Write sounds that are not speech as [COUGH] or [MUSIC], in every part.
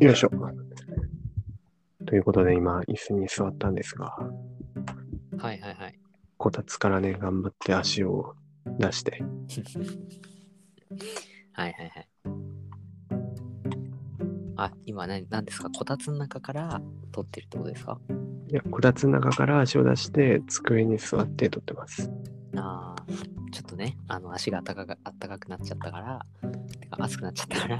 よいしょ。ということで、今、椅子に座ったんですが、はいはいはい。こたつからね、頑張って足を出して、はいはいはい。あ、今何何ですかこたつの中から撮ってるってことですかいや、こたつの中から足を出して、机に座って撮ってます。ああ、ちょっとね、あの足があったかかあったかくなっちゃったから、てか暑くなっちゃったから。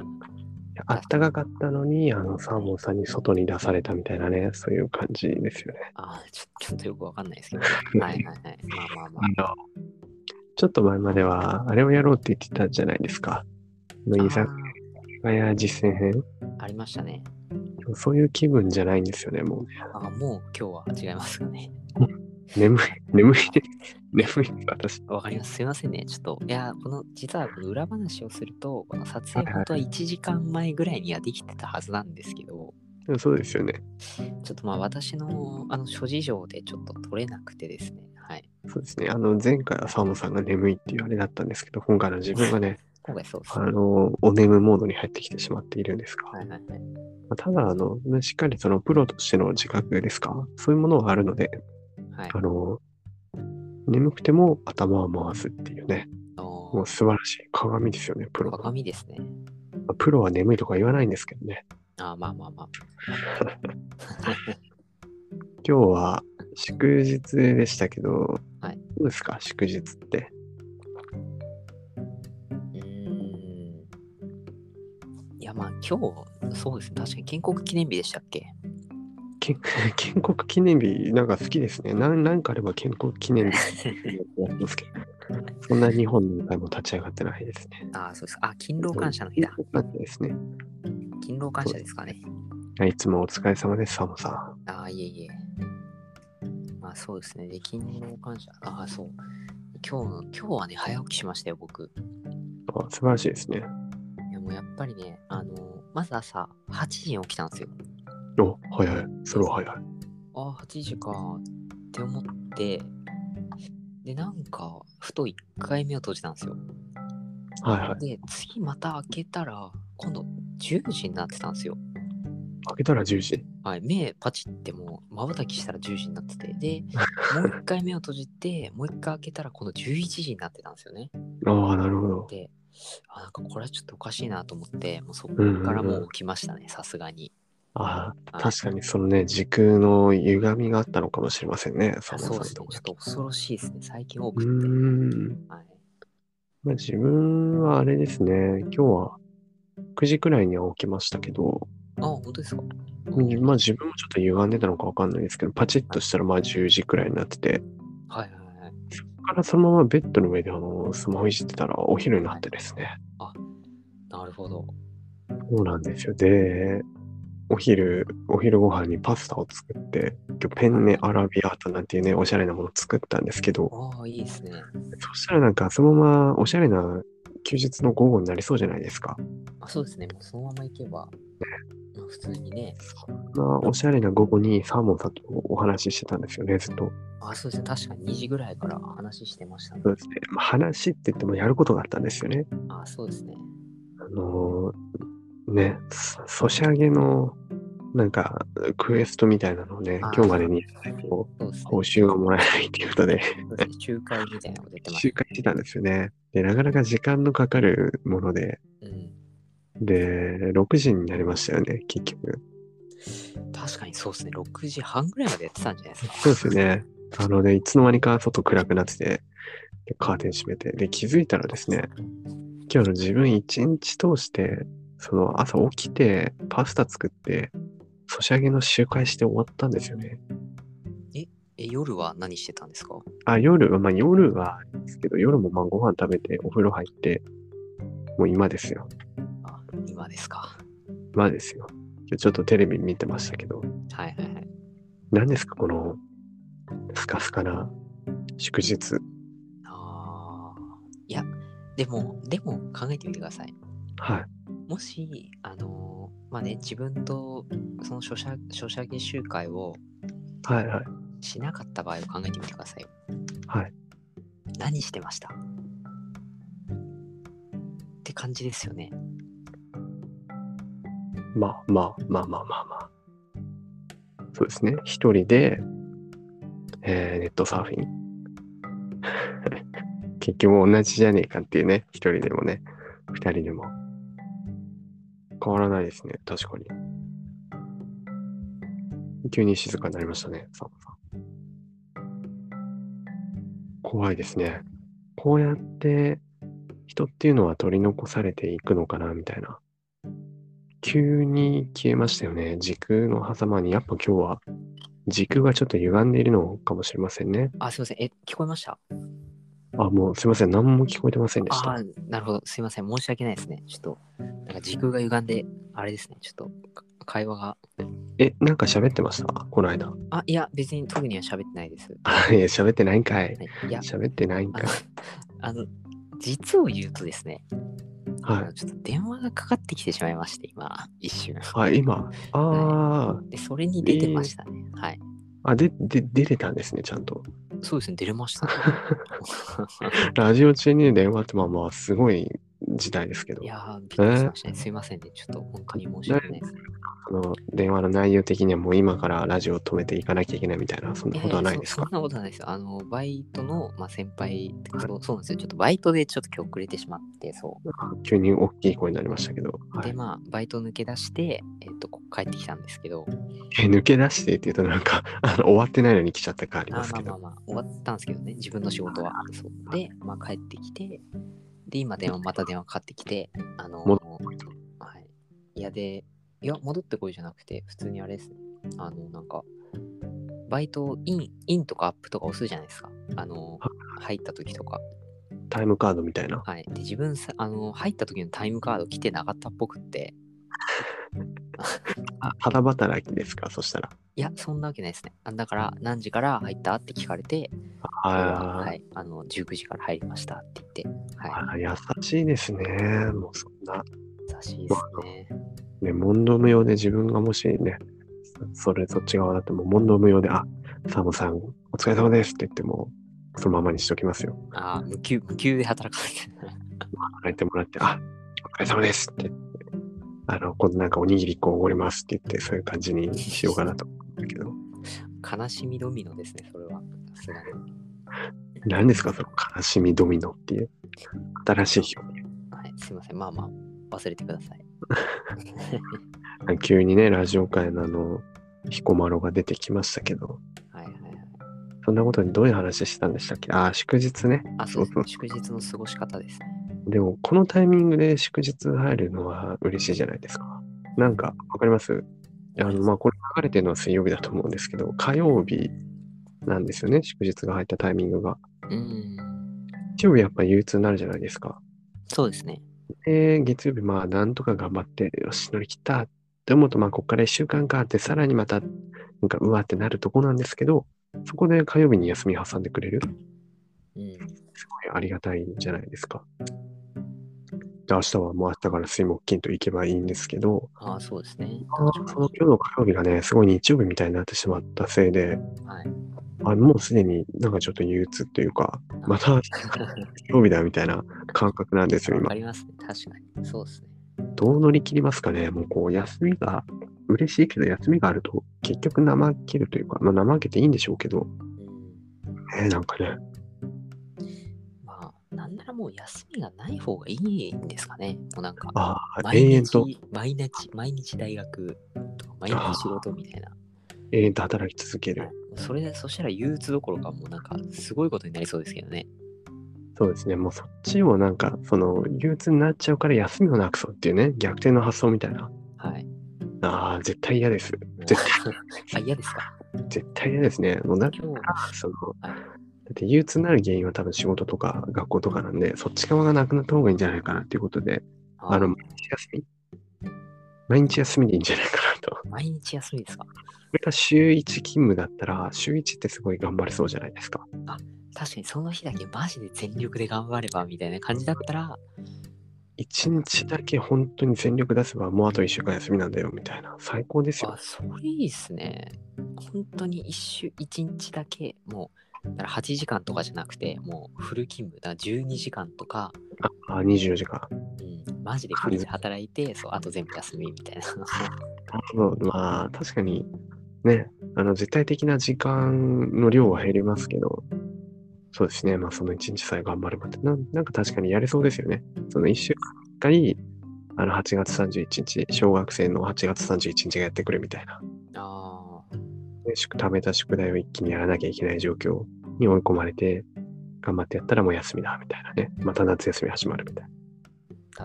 いやあったかかったのに、あの、サーモンさんに外に出されたみたいなね、そういう感じですよね。ああ、ちょちょっとよくわかんないですけど。はいはいはい。まあまあまあ。ちょっと前までは、あれをやろうって言ってたじゃないですか。あの居酒屋実践編。あーありましたね。そういう気分じゃないんですよね、もうね。あーもう今日は違いますかね。眠い、眠いです。眠いです、私。わかります。すいませんね。ちょっと、いやー、この、実はこの裏話をすると、この撮影本当は1時間前ぐらいにはできてたはずなんですけど、そうですよね。ちょっとまあ私のあの諸事情でちょっと取れなくてですね。はい。そうですね。あの、前回はサーモンさんが眠いっていうあれだったんですけど、今回の自分がね、今回そうですあね。の、お眠モードに入ってきてしまっているんですが、はいはいはい。まあただ、あの、ねしっかりそのプロとしての自覚ですか、そういうものはあるので、はいあ、の、眠くても頭を回すっていうね、あものう素晴らしい鏡ですよね、プロ。ま鏡ですね。あプロは眠いとか言わないんですけどね、あーまあまあまあ。今日は祝日でしたけど、はいどうですか、祝日って。うーん。いやまあ今日、そうですね。確かに建国記念日でしたっけ建 [LAUGHS] 建国記念日、なんか好きですね。なんなんかあれば建国記念日やってますけど、 [LAUGHS] そんな日本の会も立ち上がってないですね。 [LAUGHS] ああ、そうです。あ、勤労感謝の日だ。なんですね。勤労感謝ですかね。いつもお疲れ様です、サモさん。ああ、いえいえ。まあそうですね。で、勤労感謝。ああ、そう。今日の、今日はね、早起きしましたよ、僕。あ素晴らしいですね。いやもうやっぱりね、あのまず朝8時に起きたんですよ。お、早い。それは早い。ああ、8時かって思って、で、なんか、ふと1回目を閉じたんですよ。はいはい。で、次また開けたら、今度10時になってたんですよ。開けたら10時。はい、目パチってもう、まばたきしたら10時になってて、 [LAUGHS] で、もう1回目を閉じて、もう1回開けたら、今度11時になってたんですよね。ああ、なるほど。で、あなんかこれはちょっとおかしいなと思って、もうそこうんうんうんからもう起きましたね、さすがに。ああ、はい確かにそのね、時空の歪みがあったのかもしれませんね、サモさんそうのですとね、こちょっと恐ろしいですね、最近多うくって。ーん。はい、まあ、自分はあれですね、今日は9時くらいには起きましたけど、あ、本当ですか。うんまあ自分もちょっと歪んでたのかわかんないですけど、パチッとしたらまあ10時くらいになってて、はいはいはい。そこからそのままベッドの上であのスマホいじってたらお昼になってですね。なるほど。そうなんですよ。で、お昼、お昼ご飯にパスタを作って、今日ペンネアラビアータなんていうね、おしゃれなものを作ったんですけど、ああ、いいですね。そしたらなんかそのままおしゃれな休日の午後になりそうじゃないですか。あ、そうですね。もうそのまま行けば、まあ、普通にね。そんなおしゃれな午後にサーモンさんとお話ししてたんですよね、ずっと。あ、そうですね。確かに2時ぐらいから話してましたね。そうですね。まあ、話って言ってもやることがあったんですよね。あ、そうですね。あのーね、そソシャゲの、なんか、クエストみたいなのをね、あー今日までにこうそうですね報。酬がもらえないっていうこと [LAUGHS] で、そうですね仲介みたいなのが [LAUGHS] 出てまし集会してたんですよね。で、なかなか時間のかかるもので、た。うん。で、6時になりましたよね、結局。確かにそうですね。6時半ぐらいまでやってたんじゃないですか。そうですよね。あのね、いつの間にか外暗くなってて、でカーテン閉めて、で、気づいたらですね、今日の自分一日通して、その朝起きて、パスタ作って、ソシャゲの集会して終わったんですよね。え、夜は何してたんですかあ、夜は、まあ夜はですけど、夜もまあご飯食べて、お風呂入って、もう今ですよ。あ、今ですか。今ですよ。今日ちょっとテレビ見てましたけど、はいはいはい。何ですか、この、スカスカな祝日。ああ。いや、でも、でも考えてみてください。はい。もし、あのーまあね、自分とその書写書写研修会をはいはい。しなかった場合を考えてみてください。はい。何してましたって感じですよね。まあまあまあまあまあまあ。そうですね。一人で、えーネットサーフィン。結局同じじゃねえかっていうね。一人でもね。二人でも。変わらないですね。確かに。急に静かになりましたね、サンさん。怖いですね。こうやって人っていうのは取り残されていくのかな、みたいな。急に消えましたよね。時空の狭間に、やっぱ今日は時空がちょっと歪んでいるのかもしれませんね。あ、すいません。え、聞こえましたあ、もうすいません。何も聞こえてませんでした。ああ、なるほど。すいません。申し訳ないですね。ちょっと、なんか時空が歪んで、あれですね。ちょっと、か会話が。え、なんか喋ってましたこの間。 [LAUGHS] あ、いや、別に特には喋ってないです。あ、いや、喋ってないんかい。はい、いや、喋ってないんかい。あの、実を言うとですね、あはいの。ちょっと電話がかかってきてしまいまして、今、一瞬。あ、今。あーで、それに出てましたね。はい。あ、で、で、出れたんですね、ちゃんと。そうですね、出れ [LAUGHS] ましたね、ラジオ中に電話って、まあまあ、すごい時代ですけどい、やー、びっくりしましたね。すいませんね。ちょっと、本当に申し訳ないです。あの、電話の内容的にはもう今からラジオを止めていかなきゃいけないみたいな、そんなことはないですやかやそそんなことはないですよ。あの、バイトの、まあ、先輩そう、そうなんですよ。ちょっとバイトでちょっと今日遅れてしまって、そう。急に大きい声になりましたけど、はで、い、まあ、バイト抜け出して、えっ、と、ここ帰ってきたんですけど、え抜け出してって言うとなんか [LAUGHS] あの終わってないのに来ちゃった感ありあますまあけまあど、まあ、終わったんですけどね、自分の仕事は。そうで、まあ、帰ってきて、で、今、電話、また電話かかってきて、あのもはい。いや、で、いや、戻ってこいじゃなくて、普通にあれですね。あの、なんか、バイト、イン、インとかアップとか押すじゃないですか。あの、入った時とか。タイムカードみたいな。はい。で、自分さ、あの、入った時のタイムカード来てなかったっぽくって、あただ働きですか、そしたら。いや、そんなわけないですね。あだから、何時から入ったって聞かれて、あはい。あの、19時から入りましたって言って、ーはい。あー、優しいですね。もうそんな、優しいですね。ね、問答無用で自分がもしね、そそれそっち側だってもう問答無用で、あ、サモさん、お疲れ様ですって言っても、そのままにしときますよ。ああ、無給、無給で働かせてる。入ってもらって、あ、お疲れ様ですって言って。あの、今度なんかおにぎり1個おごりますって言って、そういう感じにしようかなと思うんだけど。悲しみドミノですね、それは。さすがに。何ですかその悲しみドミノっていう新しい表現はい、すいません。まあまあ、忘れてください。あ急にねラジオ界のあの彦摩呂が出てきましたけどはいはいはい。そんなことにどういう話してたんでしたっけああ祝日ねあ、そうですね。祝日の過ごし方ですね。でもこのタイミングで祝日入るのは嬉しいじゃないですかなんかわかりますあのまあこれ書かれてるのは水曜日だと思うんですけど火曜日なんですよね祝日が入ったタイミングがうん。日曜日やっぱ憂鬱になるじゃないですかそうですね。で、月曜日、まあ、なんとか頑張って、よし、乗り切ったって思うと、まあ、こっから1週間かって、さらにまた、なんか、うわってなるとこなんですけど、そこで火曜日に休み挟んでくれる、うん。すごいありがたいじゃないですか。で、明日はもう明日から水木金と行けばいいんですけど、ああ、そうですね。その今日の火曜日がね、すごい日曜日みたいになってしまったせいで、はい。あもうすでになんかちょっと憂鬱っていうか、また明日火曜日だみたいな感覚なんですよ、わ今か。りますね。確かに。そうですね。どう乗り切りますかねもうこう、休みが、嬉しいけど、休みがあると、結局怠けるというか、まあ怠けていいんでしょうけど、うん。えーなんかね、まあ、なんならもう休みがない方がいいんですかね。もうなんか、ああ、毎永遠と、日、毎日、毎日大学とか、毎日仕事みたいな。永遠と働き続ける。それで、そしたら憂鬱どころか、もうなんか、すごいことになりそうですけどね。そうですね、もうそっちをなんか、その、憂鬱になっちゃうから休みをなくそうっていうね、逆転の発想みたいな。 [LAUGHS] はい。ああ、絶対嫌です。絶あ、嫌ですか絶対嫌ですね。もうだ今日、から、その、だって憂鬱になる原因は多分仕事とか学校とかなんで、そっち側がなくなった方がいいんじゃないかなっていうことで、あの、毎日休み毎日休みでいいんじゃないかな [LAUGHS] と。毎日休みですかこれが週1勤務だったら、週1ってすごい頑張れそうじゃないですか。確かにその日だけマジで全力で頑張ればみたいな感じだったら、 1日だけ本当に全力出せば、もうあと1週間休みなんだよみたいな。最高ですあよ、。それいいですね。本当に一週、一日だけ、もうだから8時間とかじゃなくて、もうフル勤務だ、12時間とか、あ、あ24時間。うん、マジでフルで働いて、そう、あと全部休みみた [LAUGHS] いな。そうまあ、確かに、ね、あの、絶対的な時間の量は減りますけど、そうですね、まあ、その一日さえ頑張ればってなん、なんか確かにやれそうですよね。その一週間に一回、あの、8月31日、小学生の8月31日がやってくるみたいな、ああ、ね、宿貯めた宿題を一気にやらなきゃいけない状況に追い込まれて、頑張ってやったらもう休みだ、みたいなね。また夏休み始まるみたいな。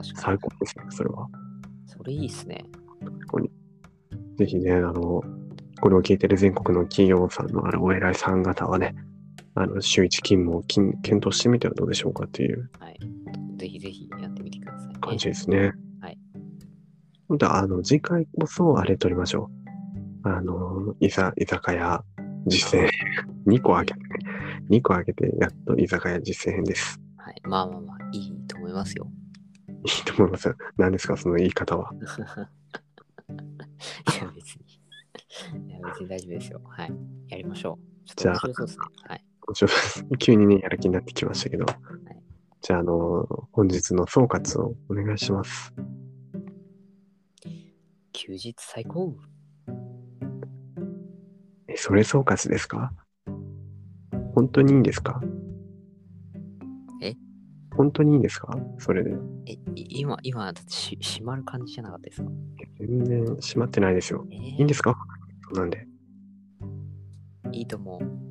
確か最に。高ですね、それは。それいいっすね。ぜひね、あの、これを聞いてる全国の企業さんのあのお偉いさん方はね、あの、週一勤務をきん検討してみてはどうでしょうかっていうはい。ぜひぜひやってみてください、ね。感じですね。はい。本当はあの、次回こそあれ取りましょう。あの、いざ、居酒屋実践編。2個あげて、2個あげて、やっと居酒屋実践編です。 [LAUGHS] はい。まあまあまあ、いいと思いますよ。 [LAUGHS] いいと思いますよ。何ですか、その言い方は。 [LAUGHS] いや、別に。いや、別に大丈夫ですよ。はい。やりましょう。ちょじゃっとあ面白そうですね。はい。ちょっと [LAUGHS] 急にね、やる気になってきましたけど。じゃあ、あの、本日の総括をお願いします。休日最高。え、それ総括ですか本当にいいんですかえ本当にいいんですかそれで。え、い今、今、だってし閉まる感じじゃなかったですか全然閉まってないですよ。えいいんですすかそんなんで。いいと思う。